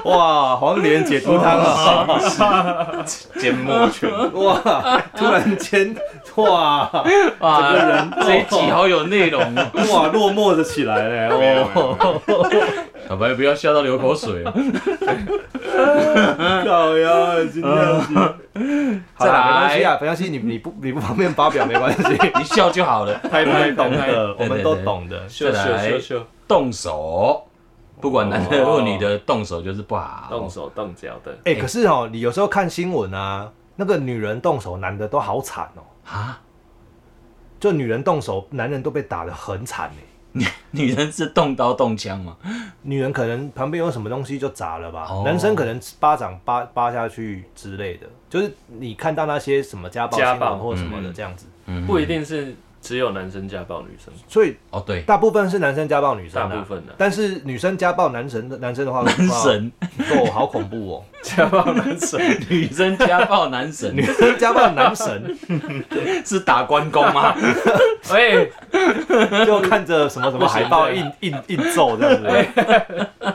Speaker 1: 哇，黄连解毒汤啊！
Speaker 4: 缄默全无。
Speaker 1: 哇，突然间，哇
Speaker 2: 哇，这一集好有内容哦。
Speaker 1: 哇落寞的起来了
Speaker 4: 没 有没有
Speaker 1: 哦，
Speaker 4: 没有
Speaker 2: 小白不要笑到流口水哦。
Speaker 1: 好呀，今天要去
Speaker 2: 再
Speaker 1: 嗯好啦
Speaker 2: 来
Speaker 1: 没关系啊，没关系，你你不你不方便发表没关 系，
Speaker 2: 你笑就好了。
Speaker 1: 我们懂的，我
Speaker 2: 对对
Speaker 1: 们都懂的。
Speaker 3: 秀
Speaker 2: 再
Speaker 3: 秀
Speaker 2: 来
Speaker 3: 秀秀，
Speaker 2: 动手，不管男的
Speaker 3: 哦
Speaker 2: 或女的，动手就是不好。
Speaker 3: 动手动脚的，
Speaker 1: 哎，可是哦，你有时候看新闻啊，那个女人动手，男的都好惨哦。
Speaker 2: 啊，
Speaker 1: 就女人动手，男人都被打得很惨哎。
Speaker 2: 女人是动刀动枪嘛？
Speaker 1: 女人可能旁边有什么东西就砸了吧，
Speaker 2: 哦
Speaker 1: 男生可能巴掌扒扒下去之类的，就是你看到那些什么家暴新
Speaker 3: 家
Speaker 1: 闻
Speaker 3: 暴
Speaker 1: 或什么的
Speaker 2: 嗯
Speaker 1: 这样子，
Speaker 2: 嗯，
Speaker 3: 不一定是只有男生家暴女 生，
Speaker 1: 所以
Speaker 2: 哦，对，
Speaker 1: 大部分是男生家暴女生、
Speaker 3: 大
Speaker 1: 啊，
Speaker 3: 部分的
Speaker 1: 但是女生家暴男神的男生的话，
Speaker 2: 男神，
Speaker 1: 哇哦，好恐怖哦！
Speaker 3: 家暴男生，
Speaker 2: 女生家暴男 神
Speaker 1: 女生家暴男神，
Speaker 2: 是打关公吗？
Speaker 3: 哎，
Speaker 1: 就看着什么什么海报
Speaker 3: 不行
Speaker 1: 印印印皱这样子，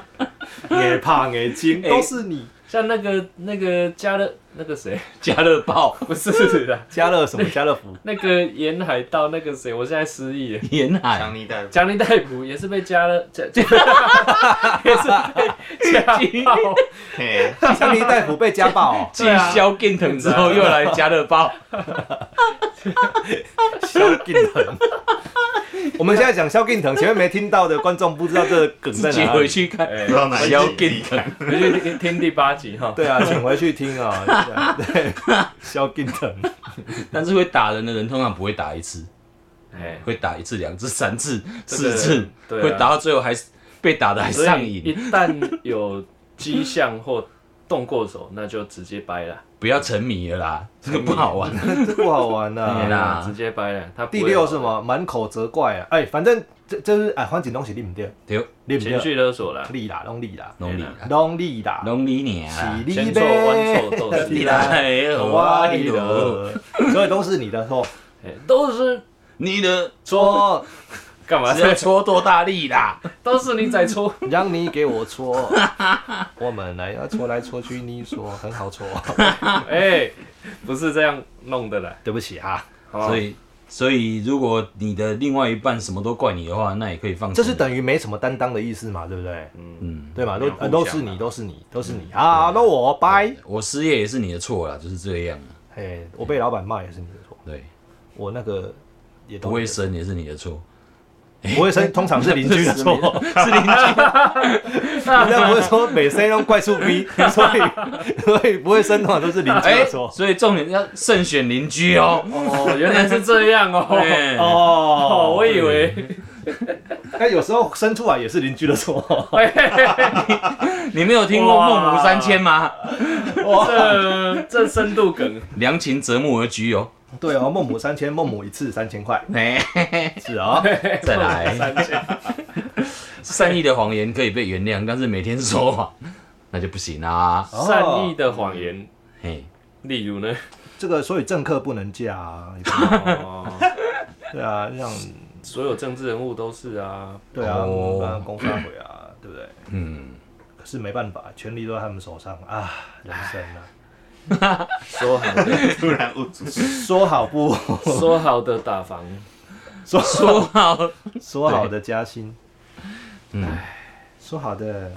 Speaker 1: 也怕也惊，都是你
Speaker 3: 像那个那个加勒那个谁，
Speaker 2: 家乐爆，
Speaker 3: 不是的，
Speaker 1: 家乐什么家乐福，
Speaker 3: 那个沿海道那个谁，我现在失忆了。
Speaker 2: 沿海
Speaker 4: 强力逮捕，
Speaker 3: 强尼戴普也是被加勒加， 加也是被家暴，
Speaker 4: 嘿，
Speaker 1: 强尼大夫被家暴、哦，
Speaker 2: 继
Speaker 3: 啊
Speaker 2: 萧敬腾之后又来家乐爆，
Speaker 1: 萧敬腾。我们现在讲萧敬腾，前面没听到的观众不知道这个梗在
Speaker 2: 自己
Speaker 1: 哪
Speaker 2: 回
Speaker 1: 里。
Speaker 2: 去
Speaker 3: 哎
Speaker 2: 看
Speaker 4: 不知道哪一集
Speaker 2: 萧敬腾。
Speaker 3: 我去听听第八集哈。
Speaker 1: 对啊，请回去听啊、对，萧敬腾，
Speaker 2: 但是会打人的人通常不会打一次，
Speaker 3: 哎，
Speaker 2: 会打一次、两次、三次、
Speaker 3: 这个
Speaker 2: 四次，
Speaker 3: 对啊
Speaker 2: 会打到最后还是被打的还
Speaker 3: 所以
Speaker 2: 上
Speaker 3: 一
Speaker 2: 瘾。
Speaker 3: 旦有迹象或动过手，那就直接掰了，
Speaker 2: 不要沉迷了啦，这个不好玩。
Speaker 1: 这不好玩
Speaker 2: 对
Speaker 1: 啊。
Speaker 2: 啦
Speaker 3: 哎直接掰了。他不会
Speaker 1: 第六是吗？满口责怪啊！哎、反正这这是哎，黄景东西立不对，
Speaker 2: 对，
Speaker 1: 立不
Speaker 3: 情
Speaker 1: 对，
Speaker 3: 绪勒索啦，
Speaker 1: 立啦，拢立啦，
Speaker 2: 拢你啦，
Speaker 1: 拢立啦，
Speaker 2: 拢你你啊
Speaker 1: 是！你
Speaker 3: 先做完错斗
Speaker 2: 你
Speaker 3: 士，
Speaker 2: 来我
Speaker 1: 我
Speaker 2: 你的，
Speaker 1: 的，所以都是你的错。
Speaker 3: 哎都是
Speaker 2: 你的
Speaker 3: 搓
Speaker 1: 错，
Speaker 3: 干嘛
Speaker 2: 是？要搓多大力啦？
Speaker 3: 都是你在 搓。
Speaker 1: 让你给我错，我们来要搓来搓去，你说很好搓。
Speaker 3: 哎，不是这样弄的啦。
Speaker 1: 对不起啊哈，
Speaker 3: 好吧
Speaker 2: 所以，所以如果你的另外一半什么都怪你的话，那也可以放。
Speaker 1: 这是，等于没什么担当的意思嘛，对不对？
Speaker 2: 嗯，
Speaker 1: 对嘛，
Speaker 4: 没
Speaker 1: 都呃
Speaker 4: 有互相啊
Speaker 1: 都是你，都是你，都是你啊！那我掰，
Speaker 2: 我失业也是你的错啦，就是这样啊。
Speaker 1: 嘿，我被老板骂也是你的错，
Speaker 2: 对，
Speaker 1: 我那个也都
Speaker 2: 不会生也是你的错，
Speaker 1: 不会生，通常是邻居的错。
Speaker 2: 是邻居。
Speaker 1: 人家不会说每生都怪树逼，所以 所以不会生通常都是邻居
Speaker 2: 哎
Speaker 1: 的，错。
Speaker 2: 所以重点要慎选邻居哦。
Speaker 3: 哦，原来是这样哦。
Speaker 2: 哎
Speaker 3: 哦，
Speaker 1: 哦，
Speaker 3: 我以为
Speaker 1: 但有时候生出来也是邻居的错。
Speaker 2: 你没有听过《孟母三迁》吗？
Speaker 3: 这这深度梗，
Speaker 2: 良禽择木而居哦。
Speaker 1: 对哦，孟母三迁，孟母一次三千 块，
Speaker 2: 哎，
Speaker 1: 是啊。
Speaker 2: 再来，善意的谎言可以被原谅，但是每天说谎， 那就不行啊。
Speaker 1: 哦
Speaker 3: 善意的谎言，
Speaker 2: 嘿，
Speaker 3: 例如呢？
Speaker 1: 这个所以政客不能嫁啊，也不
Speaker 3: 哦，
Speaker 1: 对啊，让
Speaker 3: 所有政治人物都是啊，
Speaker 1: 对啊，
Speaker 2: 哦
Speaker 1: 让公杀回 啊，对不对？
Speaker 2: 嗯，
Speaker 1: 可是没办法，权力都在他们手上啊，人生啊，
Speaker 3: 说好的
Speaker 4: 突然误主，
Speaker 1: 说好 不
Speaker 3: 说好的打房，
Speaker 1: 说
Speaker 2: 说好，
Speaker 1: 说好的加薪，
Speaker 2: 嗯，
Speaker 1: 说好的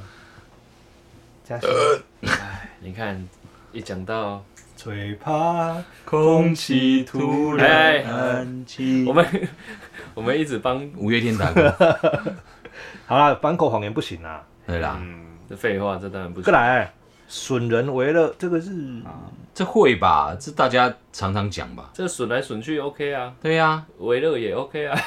Speaker 1: 加 薪，
Speaker 3: 你看一讲到
Speaker 1: 吹怕
Speaker 2: 空气突
Speaker 3: 然
Speaker 2: 安静
Speaker 3: 我们，我们一直帮
Speaker 2: 五月天打 歌，
Speaker 1: 好啦，反口谎言不行啊，
Speaker 2: 对啦，
Speaker 4: 嗯，
Speaker 3: 这废话，这当然不
Speaker 1: 过
Speaker 3: 行。啊
Speaker 1: 来损人为乐，这个是
Speaker 2: 这会吧？这大家常常讲吧？
Speaker 3: 这损来损去 OK 啊，
Speaker 2: 对呀、
Speaker 3: 维乐也 OK 啊，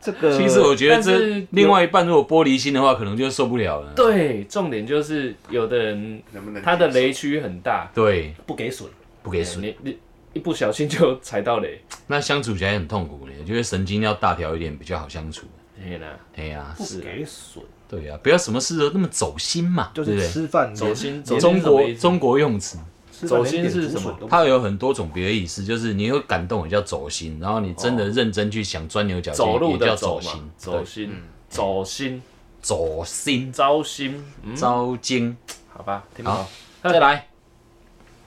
Speaker 1: 这个，
Speaker 2: 其实我觉得
Speaker 3: 呃但是
Speaker 2: 这另外一半如果玻璃心的话，可能就受不了了。
Speaker 3: 对，重点就是有的人
Speaker 4: 能不能
Speaker 3: 他的雷区很大，
Speaker 2: 对，
Speaker 1: 不给损，
Speaker 2: 不给水，
Speaker 3: 你你一不小心就踩到雷，
Speaker 2: 那相处起来很痛苦呢。我觉得神经要大条一点比较好相处。
Speaker 3: 对啦，
Speaker 2: 哎呀、
Speaker 1: 不
Speaker 3: 是啊
Speaker 1: 给损
Speaker 2: 对呀、不要什么事都那么走心嘛，
Speaker 1: 就
Speaker 2: 对不
Speaker 1: 是
Speaker 2: 对？
Speaker 1: 吃饭
Speaker 3: 走
Speaker 1: 连
Speaker 3: 心走
Speaker 1: 连
Speaker 3: 心
Speaker 2: 中
Speaker 3: 是什么
Speaker 2: 国
Speaker 3: 意思
Speaker 2: 中国用词，
Speaker 1: 吃饭
Speaker 3: 走
Speaker 1: 连
Speaker 3: 心
Speaker 1: 点
Speaker 3: 是
Speaker 1: 竹
Speaker 3: 什么
Speaker 1: 笋都不
Speaker 2: 它有很多种别的意思，就是你会感动也叫走心，然后你真的认真去想钻牛角尖
Speaker 3: 哦走路
Speaker 2: 也叫
Speaker 3: 的
Speaker 2: 走
Speaker 3: 走
Speaker 2: 心
Speaker 3: 嘛，，走
Speaker 2: 对
Speaker 3: 心，走心，
Speaker 2: 走心
Speaker 3: 招心，嗯，
Speaker 2: 招精。
Speaker 3: 好吧，听不
Speaker 2: 好
Speaker 3: 懂。，
Speaker 2: 再来，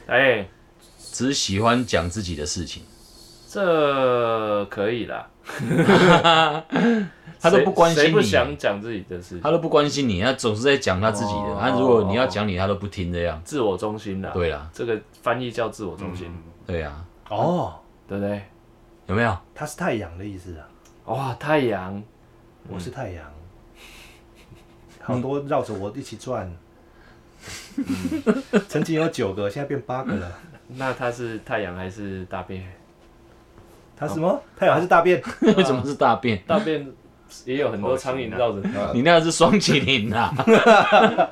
Speaker 3: 哎，
Speaker 2: 只喜欢讲自己的事情，
Speaker 3: 这可以啦，
Speaker 2: 他都不关
Speaker 3: 谁谁
Speaker 2: 心
Speaker 3: 不
Speaker 2: 你，啊
Speaker 3: 想讲自己的事情，
Speaker 2: 他都不关心你，他总是在讲他自己的。
Speaker 3: 哦啊
Speaker 2: 他如果你要讲你，他都不听这样。
Speaker 3: 自我中心啦。
Speaker 2: 对啦，
Speaker 3: 这个翻译叫自我中心，
Speaker 2: 对啊，
Speaker 1: 哦，
Speaker 3: 对不对？
Speaker 2: 有没有？
Speaker 3: 啊
Speaker 1: 它是太阳的意思啊，
Speaker 3: 哇，太阳，嗯
Speaker 1: 我是太阳，好多绕着我一起转。嗯 曾经有九个，现在变八个了。
Speaker 3: 那它是太阳还是大便？
Speaker 1: 它什
Speaker 3: 哦
Speaker 1: 么？太阳还是大便？
Speaker 2: 为什么是大便？
Speaker 3: 大便也有很多苍蝇绕着它，
Speaker 2: 你那个是双麒麟啊啦，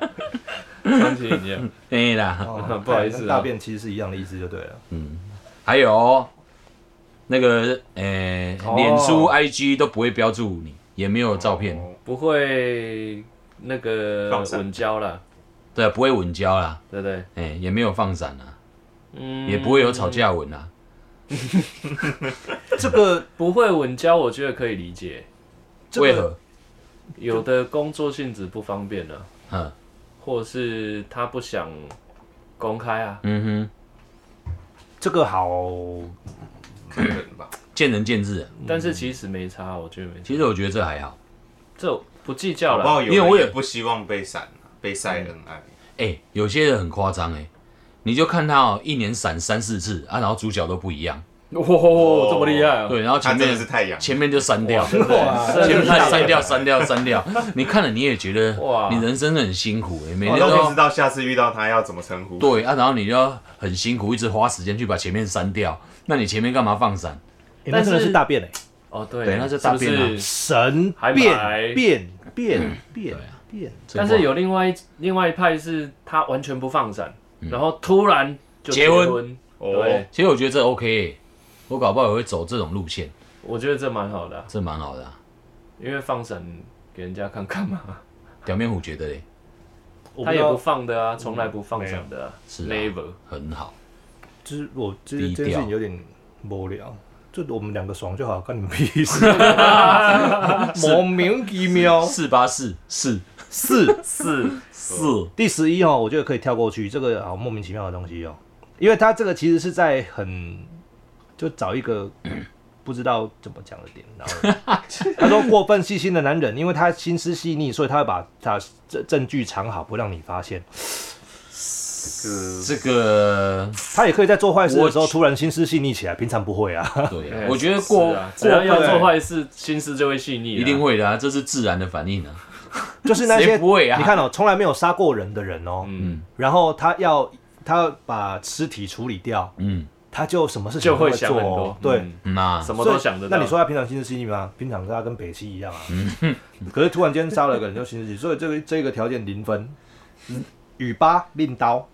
Speaker 3: 苍蝇一样。
Speaker 2: 对哎啦。
Speaker 1: 哦
Speaker 3: 不好意思
Speaker 1: 太阳
Speaker 3: 啊
Speaker 1: 跟大便其实是一样的意思就对了。
Speaker 2: 还有哦那个呃，
Speaker 3: 哦
Speaker 2: 脸书、IG 都不会标注你，也没有照片，
Speaker 3: 不会那个
Speaker 4: 放闪
Speaker 3: 稳交啦，
Speaker 2: 对，啊不会稳交啦，
Speaker 3: 对不对？
Speaker 2: 哎，也没有放闪啦，
Speaker 3: 嗯，
Speaker 2: 也不会有吵，架文啦。啊
Speaker 1: 这个
Speaker 3: 不会稳交，我觉得可以理解。
Speaker 1: 这个
Speaker 2: 为何？
Speaker 3: 有的工作性质不方便啊，
Speaker 2: 嗯
Speaker 3: 或者是他不想公开啊，
Speaker 2: 嗯
Speaker 1: 这个好，
Speaker 4: 可能吧，
Speaker 2: 哼，见仁见智。啊
Speaker 3: 但是其实没差，我觉得没差。
Speaker 2: 其实我觉得这还好。
Speaker 3: 这不计较
Speaker 4: 搞不好
Speaker 3: 了，
Speaker 4: 有
Speaker 2: 因为我
Speaker 4: 人
Speaker 2: 也
Speaker 4: 也不希望被闪啊，被晒恩爱，
Speaker 2: 哎、有些人很夸张哎，你就看他哦，一年闪三四次啊，然后主角都不一样，
Speaker 3: 哇，这么厉害啊！
Speaker 2: 对，然后
Speaker 4: 他
Speaker 2: 前
Speaker 4: 真的
Speaker 2: 面
Speaker 4: 是太阳，
Speaker 2: 前面就删掉，前
Speaker 1: 哇
Speaker 3: 真的
Speaker 2: 面
Speaker 3: 是太
Speaker 2: 删掉删掉删掉，你看了你也觉得哇
Speaker 3: 哇，
Speaker 2: 你人生很辛苦哎、每
Speaker 4: 我
Speaker 2: 天
Speaker 4: 都不知
Speaker 2: 都。
Speaker 4: 道下次遇到他要怎么称呼。
Speaker 2: 对啊，然后你就要很辛苦，一直花时间去把前面删掉。那你前面干嘛放闪？
Speaker 1: 诶那真的
Speaker 3: 但是
Speaker 1: 是大便哎，
Speaker 3: 哦，对，
Speaker 2: 对那就大便啊
Speaker 3: 是不是
Speaker 1: 神
Speaker 3: 还买嗯啊
Speaker 1: 变变变变
Speaker 2: 对
Speaker 1: 变，
Speaker 2: 这个
Speaker 3: 但是有另外一另外一派是他完全不放闪，然后突然就
Speaker 2: 嗯结婚
Speaker 3: 婚。
Speaker 4: 哦
Speaker 3: 对，，
Speaker 2: 其实我觉得这 OK，欸、我搞不好也会走这种路线，
Speaker 3: 我觉得这蛮好的啊、
Speaker 2: 这蛮好的、啊。
Speaker 3: 因为放闪给人家看干嘛？
Speaker 2: 表面虎觉得嘞
Speaker 1: 我
Speaker 3: 他
Speaker 1: 知
Speaker 3: 也
Speaker 1: 道
Speaker 3: 不放的啊，从来不放闪的啊
Speaker 2: 是啊
Speaker 3: ，never。
Speaker 2: 很好，
Speaker 1: 就是我这
Speaker 2: 低
Speaker 1: 这件事
Speaker 2: 调
Speaker 1: 情有点无聊，就我们两个爽就好，关你们屁事。 莫名其妙
Speaker 2: 四八四四
Speaker 1: 是
Speaker 3: 是，
Speaker 2: 四，
Speaker 1: 第十一哦，我觉得可以跳过去，这个好莫名其妙的东西哦，因为它这个其实是在很就找一 个不知道怎么讲的点，然后 他说过分细心的男人，因为他心思细腻，所以他会把他证证据藏好，不让你发现。
Speaker 2: 这个
Speaker 1: 他也可以在做坏事
Speaker 2: 我
Speaker 1: 的时候突然心思细腻起来，平常不会啊。
Speaker 2: 对啊
Speaker 3: 哎，
Speaker 2: 我觉得过
Speaker 3: 是啊只要要做坏事，心思就会细腻啊，
Speaker 2: 一定会的啊，这是自然的反应啊。
Speaker 1: 就是那些
Speaker 2: 谁不会啊
Speaker 1: 你看哦，从来没有杀过人的人哦，
Speaker 3: 嗯
Speaker 1: 然后他要他把尸体处理掉，
Speaker 2: 嗯，
Speaker 1: 他就什么事情
Speaker 3: 就
Speaker 1: 都会
Speaker 3: 会想
Speaker 1: 做
Speaker 3: 很
Speaker 1: 哦
Speaker 3: 多，，
Speaker 1: 对。
Speaker 3: 嗯
Speaker 2: 那
Speaker 3: 什么都
Speaker 1: 所以
Speaker 3: 想得到。
Speaker 1: 那你说他平常心思细腻吗？平常他跟北七一样啊。
Speaker 3: 嗯
Speaker 1: 可是突然间杀了个人就心思细腻，所以这个这个条件零分。嗯雨八令刀，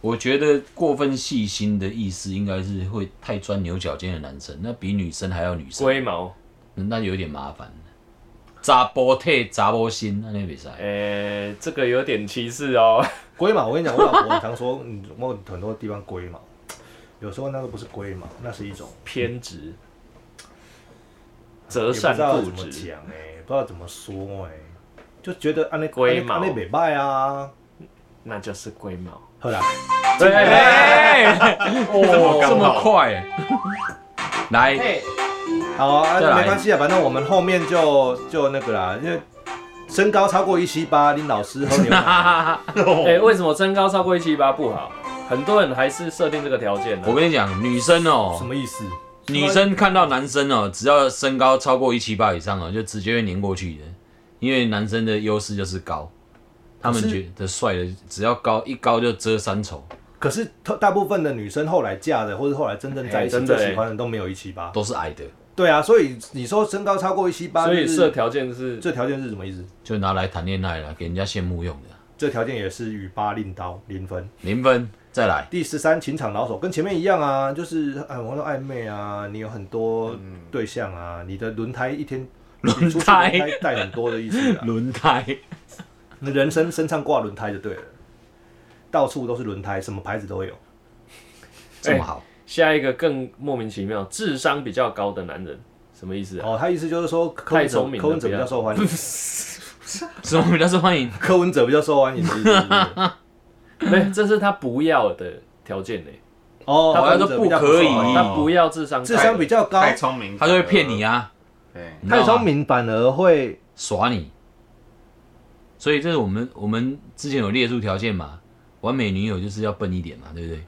Speaker 2: 我觉得过分细心的意思应该是会太钻牛角尖的男生，那比女生还要女生，
Speaker 3: 龟毛，
Speaker 2: 那有点麻烦。查甫体查甫心，那你比赛。
Speaker 3: 诶、这个有点歧视哦。
Speaker 1: 龟毛，我跟你讲，我老婆常说，嗯，我很多地方龟毛，有时候那个不是龟毛，那是一种
Speaker 3: 偏执、
Speaker 1: 也
Speaker 3: 折
Speaker 1: 不
Speaker 3: 善
Speaker 1: 知道
Speaker 3: 固
Speaker 1: 怎么
Speaker 3: 执，
Speaker 1: 讲哎、不知道怎么说哎、就觉得安那
Speaker 3: 龟毛
Speaker 1: 那美败啊，
Speaker 3: 那就是龟毛。
Speaker 1: 好啦，
Speaker 3: 对，
Speaker 2: 哦，这
Speaker 4: 刚
Speaker 2: 么
Speaker 4: 好
Speaker 2: 快，来，
Speaker 3: 哎
Speaker 1: 好啊，
Speaker 2: 再来
Speaker 1: 没关系啊，反正我们后面就就那个啦，因为身高超过一七八，林老师喝牛奶，
Speaker 3: 哎，为什么身高超过一七八不好？很多人还是设定这个条件呢。
Speaker 2: 我跟你讲，女生哦、
Speaker 1: 什么意思？
Speaker 2: 女生看到男生哦、只要身高超过一七八以上哦、就直接会黏过去的，因为男生的优势就是高，他们
Speaker 1: 可是
Speaker 2: 觉得帅的只要高一高就遮三丑，
Speaker 1: 可是大大部分的女生后来嫁的，或者后来真正在一
Speaker 3: 哎
Speaker 1: 起
Speaker 3: 真的
Speaker 1: 最
Speaker 3: 哎
Speaker 1: 喜欢的都没有一七八。
Speaker 2: 都是矮的，
Speaker 1: 对啊，所以你说身高超过一七八，
Speaker 3: 所以
Speaker 1: 就是
Speaker 3: 设条件是哎
Speaker 1: 这条件是什么意思？
Speaker 2: 就拿来谈恋爱了，给人家羡慕用的。
Speaker 1: 这条件也是与八令刀零分。
Speaker 2: 零分，再来，
Speaker 1: 第十三情场老手跟前面一样啊，就是哎，玩到暧昧啊，你有很多对象啊，你的轮胎一天
Speaker 2: 轮胎
Speaker 1: 你出去轮胎带很多的意思 啊，
Speaker 2: 轮胎，
Speaker 1: 你人生身上挂轮胎就对了，到处都是轮胎，什么牌子都有。
Speaker 2: 这么好，
Speaker 3: 下一个更莫名其妙，智商比较高的男人，什么意思啊？
Speaker 1: 哦，他意思就是说柯文
Speaker 3: 太
Speaker 1: 哲
Speaker 3: 聪明了
Speaker 1: 柯文哲比
Speaker 3: 不要
Speaker 1: 较受欢迎，
Speaker 2: 什么比较受欢迎？
Speaker 1: 柯文哲比较受欢迎的意思是不是。
Speaker 3: 对，哎这是他不要的条件呢。
Speaker 1: 哦，
Speaker 2: 他
Speaker 1: 柯文
Speaker 2: 说
Speaker 1: 哲
Speaker 2: 不
Speaker 1: 比较
Speaker 2: 可以
Speaker 1: 受欢迎
Speaker 2: 哦
Speaker 3: 他不要智商高，
Speaker 1: 智商比较高，
Speaker 4: 太聪明，
Speaker 2: 他就会骗你
Speaker 4: 啊。
Speaker 2: 啊，
Speaker 4: 对，
Speaker 2: 你知道
Speaker 1: 呃太
Speaker 2: 吗
Speaker 1: 聪明反而会
Speaker 2: 耍你。所以这是我们我们之前有列出条件嘛，完美女友就是要笨一点嘛，对不对？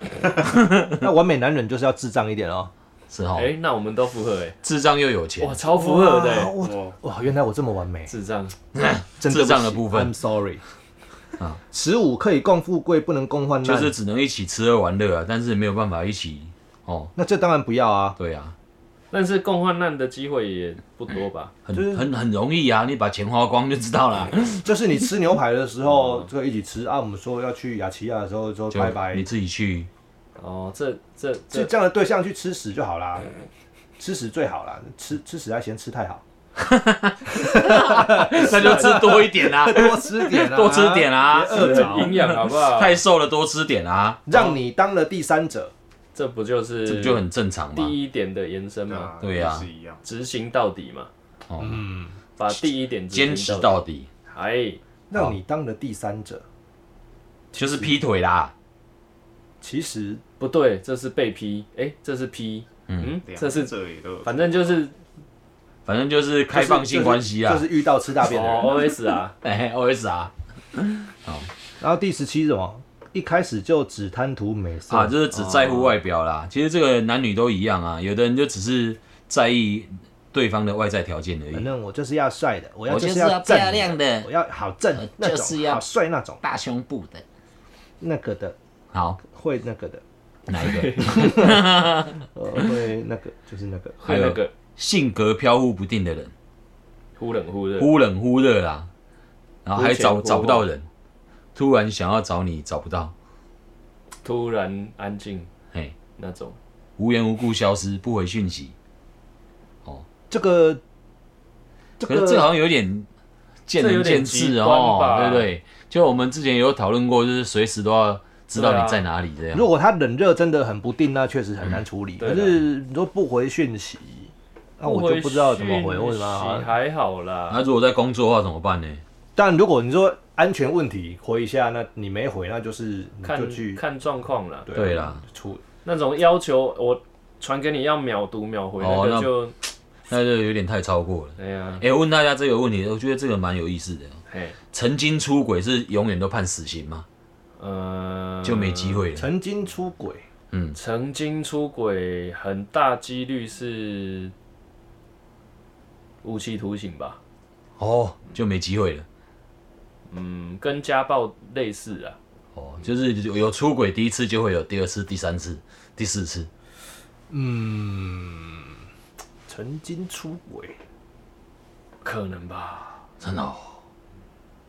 Speaker 1: 那完美男人就是要智障一点哦。
Speaker 2: 是哈，
Speaker 3: 哎，那我们都符合哎，
Speaker 2: 智障又有钱
Speaker 3: 哇，，超符合的
Speaker 1: 哇
Speaker 3: 欸，
Speaker 1: 我哇，原来我这么完美，
Speaker 3: 智障。
Speaker 1: 真
Speaker 2: 智障的部
Speaker 1: ，I'm
Speaker 2: 分
Speaker 1: sorry。
Speaker 2: 啊
Speaker 1: 啊，十五可以共富贵，不能共患难，
Speaker 2: 就是只能一起吃喝玩乐啊，但是没有办法一起哦。
Speaker 1: 那这当然不要 啊。
Speaker 2: 对啊，
Speaker 3: 但是共患难的机会也不多吧？
Speaker 2: 很、
Speaker 1: 就是
Speaker 2: 很很容易啊，你把钱花光就知道啦。
Speaker 1: 就是你吃牛排的时候，
Speaker 2: 哦
Speaker 1: 就一起吃啊。我们说要去雅琪亚啊的时候，说
Speaker 2: 就
Speaker 1: 拜拜
Speaker 2: 你，自 己去，
Speaker 3: 哦，这这
Speaker 1: 是
Speaker 3: 这
Speaker 1: 这样的对象去吃屎就好啦，吃屎最好啦，吃吃屎还嫌吃太好，
Speaker 2: 那就吃 多一 点啊，
Speaker 1: 多吃点啊，
Speaker 2: 多吃点啊
Speaker 1: 别饿着。
Speaker 3: 营养好不
Speaker 1: 啊
Speaker 3: 好？
Speaker 2: 太瘦了多吃点啊，
Speaker 1: 让你当了第三者，
Speaker 2: 哦
Speaker 3: 这不就是
Speaker 2: 这不就很正常嘛。
Speaker 3: 第一点的延伸吗？
Speaker 2: 对啊
Speaker 4: 都是一样。
Speaker 3: 执行到底嘛，
Speaker 2: 哦，
Speaker 1: 嗯，
Speaker 3: 把第一点执行
Speaker 2: 坚持
Speaker 3: 到
Speaker 2: 到底，
Speaker 3: 底。哎，
Speaker 1: 让你当了第三者，
Speaker 2: 就是劈腿啦。
Speaker 1: 其实
Speaker 3: 不对，这是被批，哎，这是批，嗯，这是
Speaker 4: 这里都
Speaker 3: 反正就是
Speaker 2: 反正就是开放性关系啊
Speaker 1: 就，是遇到吃大便的人。
Speaker 3: 哦 OS 啊，
Speaker 2: 哎，OS 啊，
Speaker 1: 然后第十七是什么？一开始就只贪图美色
Speaker 2: 啊，就是只在乎外表
Speaker 1: 哦
Speaker 2: 啦。其实这个男女都一样啊，有的人就只是在意对方的外在条件而
Speaker 1: 反
Speaker 2: 已。
Speaker 1: 正我就是要帅的，我要
Speaker 2: 我
Speaker 1: 就
Speaker 2: 就是是
Speaker 1: 要
Speaker 2: 要
Speaker 1: 正
Speaker 2: 漂亮的
Speaker 1: 我要好正
Speaker 2: 我
Speaker 1: 那
Speaker 2: 就是
Speaker 1: 种，
Speaker 2: 要
Speaker 1: 好帅那种，
Speaker 2: 大胸部的，
Speaker 1: 那个的
Speaker 2: 好，
Speaker 1: 会那个的，
Speaker 2: 哪一个？
Speaker 1: 呃， 会那个就是那个。
Speaker 3: 还有那个
Speaker 2: 性格飘忽不定的人，
Speaker 3: 忽冷忽热，
Speaker 2: 忽冷忽热啦，然后还找
Speaker 3: 忽前忽后
Speaker 2: 找不到人，突然想要找你找不到，
Speaker 3: 突然安静
Speaker 2: 嘿，
Speaker 3: 那种，
Speaker 2: 无缘无故消失，不回讯息。
Speaker 1: 这个，这
Speaker 2: 可是这
Speaker 1: 个
Speaker 2: 好像有点见仁见智哦，对
Speaker 3: 这有点极端吧
Speaker 2: 不对？就我们之前也有讨论过，就是随时都要知道
Speaker 3: 对啊
Speaker 2: 你在哪里这样。
Speaker 1: 如果他冷热真的很不定，那确实很难处理。
Speaker 3: 对啦
Speaker 1: 可是你说不回讯息，那我就不知道怎么回，为什么
Speaker 3: 讯息
Speaker 1: 要？啊
Speaker 3: 还好啦，
Speaker 2: 那如果在工作的话怎么办呢？
Speaker 1: 但如果你说安全问题回一下，那你没回，那就是你嗯就
Speaker 3: 看
Speaker 1: 去啊
Speaker 3: 看状况啦。
Speaker 2: 对啊啦，
Speaker 1: 处
Speaker 3: 那种要求我传给你要秒读秒回，
Speaker 2: 哦
Speaker 3: 那
Speaker 2: 那
Speaker 3: 个就
Speaker 2: 那就有点太超过了。
Speaker 3: 哎呀，
Speaker 2: 哎、我问大家这个问题，我觉得这个蛮有意思的。
Speaker 3: 嘿，
Speaker 2: 曾经出轨是永远都判死刑吗？
Speaker 3: 呃，
Speaker 2: 就没机会了。
Speaker 1: 曾经出轨。
Speaker 3: 曾经出轨，很大几率是无期徒刑吧？
Speaker 2: 哦，就没机会了。
Speaker 3: 嗯，跟家暴类似啊。
Speaker 2: 哦，就是有有出轨，第一次就会有第二次、第三次、第四次。
Speaker 1: 嗯，曾经出轨，
Speaker 3: 可能吧，
Speaker 2: 真的、哦，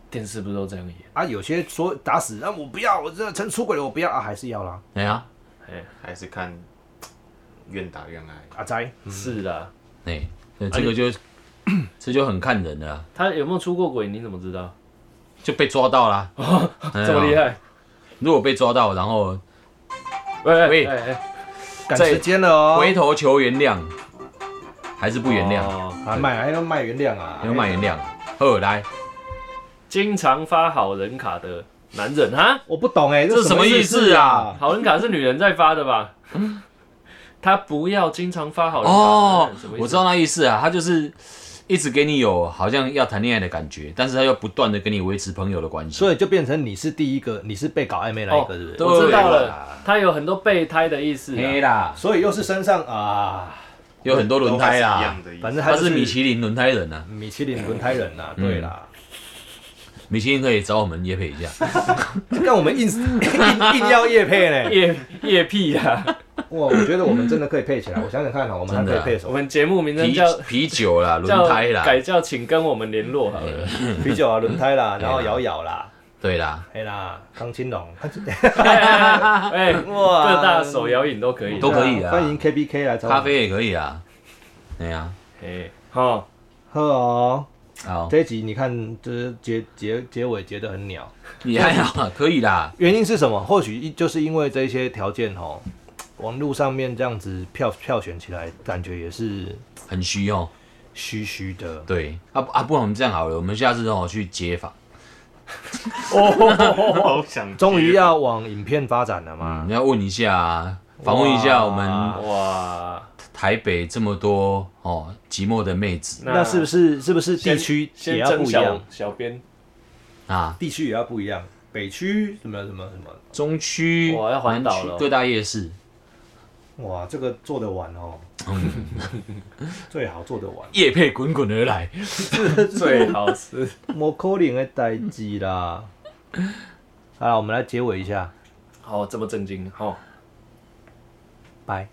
Speaker 3: 电视不是都这样演？
Speaker 1: 啊，有些说打死，那、我不要，我这曾出轨了，我不要啊，还是要啦。
Speaker 2: 哎呀、
Speaker 4: 还是看嘖愿打愿挨。
Speaker 1: 阿斋，
Speaker 3: 是啦，
Speaker 2: 哎、对这个就这就很看人了啊，
Speaker 3: 他有没有出过轨？你怎么知道？
Speaker 2: 就被抓到啦。
Speaker 3: 哦
Speaker 1: 哎
Speaker 3: 这么厉
Speaker 2: 害！
Speaker 3: 害？
Speaker 2: 如果被抓到，然后
Speaker 3: 喂
Speaker 2: 喂
Speaker 3: 哎哎
Speaker 1: 赶
Speaker 2: 在
Speaker 1: 时间了哦，
Speaker 2: 回头求原谅，还是不原谅，
Speaker 3: 哦
Speaker 1: 啊卖还要卖原谅啊，
Speaker 2: 要卖原谅。好，来，
Speaker 3: 经常发好人卡的男人哈，
Speaker 1: 我不懂哎、
Speaker 2: 这是什么意思啊？
Speaker 3: 好人卡是女人在发的 吧？他不要经常发好人卡
Speaker 2: 哦
Speaker 3: 的男人什么意思
Speaker 2: 我知道那意思啊，他就是一直给你有好像要谈恋爱的感觉，但是他又不断的跟你维持朋友的关系。
Speaker 1: 所以就变成你是第一个，你是被搞暧昧那一个，是不是？
Speaker 2: 哦对
Speaker 3: 我知道了
Speaker 2: 啦，
Speaker 3: 他有很多备胎的意思啊、
Speaker 2: 黑啦，
Speaker 1: 所以又是身上啊，
Speaker 2: 有很多轮胎
Speaker 4: 都是一
Speaker 2: 啦
Speaker 4: 样，的意思
Speaker 1: 反正
Speaker 2: 他
Speaker 1: 他就是
Speaker 2: 米其林轮胎人啊，
Speaker 1: 米其林轮胎人呐、
Speaker 2: 嗯
Speaker 1: 对啦。
Speaker 2: 米其林可以找我们也配一下。
Speaker 1: 但我们硬 硬硬要叶配呢，
Speaker 3: 夜夜屁啊！
Speaker 1: 哇，我觉得我们真的可以配起来。我想想看哈，我们还
Speaker 2: 真
Speaker 1: 可
Speaker 2: 的
Speaker 1: 以
Speaker 2: 啊
Speaker 1: 配什
Speaker 3: 我
Speaker 1: 么？
Speaker 3: 们节目名称
Speaker 2: 啤
Speaker 3: 叫
Speaker 2: 啤酒啦，轮
Speaker 3: 叫
Speaker 2: 胎啦，
Speaker 3: 改叫请跟我们联络好了。
Speaker 1: 啤酒啊，轮胎啦，然后
Speaker 2: 对啦
Speaker 1: 摇摇啦，
Speaker 2: 对啦，
Speaker 1: 哎啦，康青 龙，
Speaker 3: 哎，
Speaker 1: 哇
Speaker 3: 各大手摇饮都可以。
Speaker 2: 都可以啊
Speaker 1: 欢迎 KBK 来找我
Speaker 2: 咖啡也可以啊，对呀、
Speaker 3: 哎，好，
Speaker 1: 喝哦。
Speaker 2: 好，
Speaker 1: 这一集你看，就是结结结尾结得很鸟，
Speaker 2: 也还好啊，可以啦，
Speaker 1: 原因是什么？或许一就是因为这些条件哦，网络上面这样子票票选起来，感觉也是
Speaker 2: 很虚哦。
Speaker 1: 虚虚的。
Speaker 2: 对，啊不啊，不然我们这样好了，我们下次让我去街访，
Speaker 1: 哦
Speaker 4: 好想
Speaker 1: 终于
Speaker 4: 接
Speaker 1: 要往影片发展了嘛？
Speaker 2: 嗯，要问一下啊，访问一下我们
Speaker 3: 哇，
Speaker 2: 台北这么多哦寂寞的妹子
Speaker 1: 那是不是是不是
Speaker 3: 先
Speaker 1: 地区也
Speaker 3: 先
Speaker 1: 要
Speaker 3: 征
Speaker 1: 不一
Speaker 3: 小
Speaker 1: 样？
Speaker 3: 小编？
Speaker 2: 啊，
Speaker 1: 地区也要不一样，北区什么什么什么？
Speaker 2: 中区、
Speaker 3: 哇要环
Speaker 2: 南
Speaker 3: 岛
Speaker 2: 区
Speaker 3: 了哦
Speaker 2: 各大夜市，
Speaker 1: 哇，这个做得完哦，嗯 最好做得完。
Speaker 2: 夜配滚滚而来，
Speaker 3: 最好是
Speaker 1: 摩可能的代志啦。好啦，我们来结尾一下，
Speaker 3: 好这么震惊，好。
Speaker 1: 拜。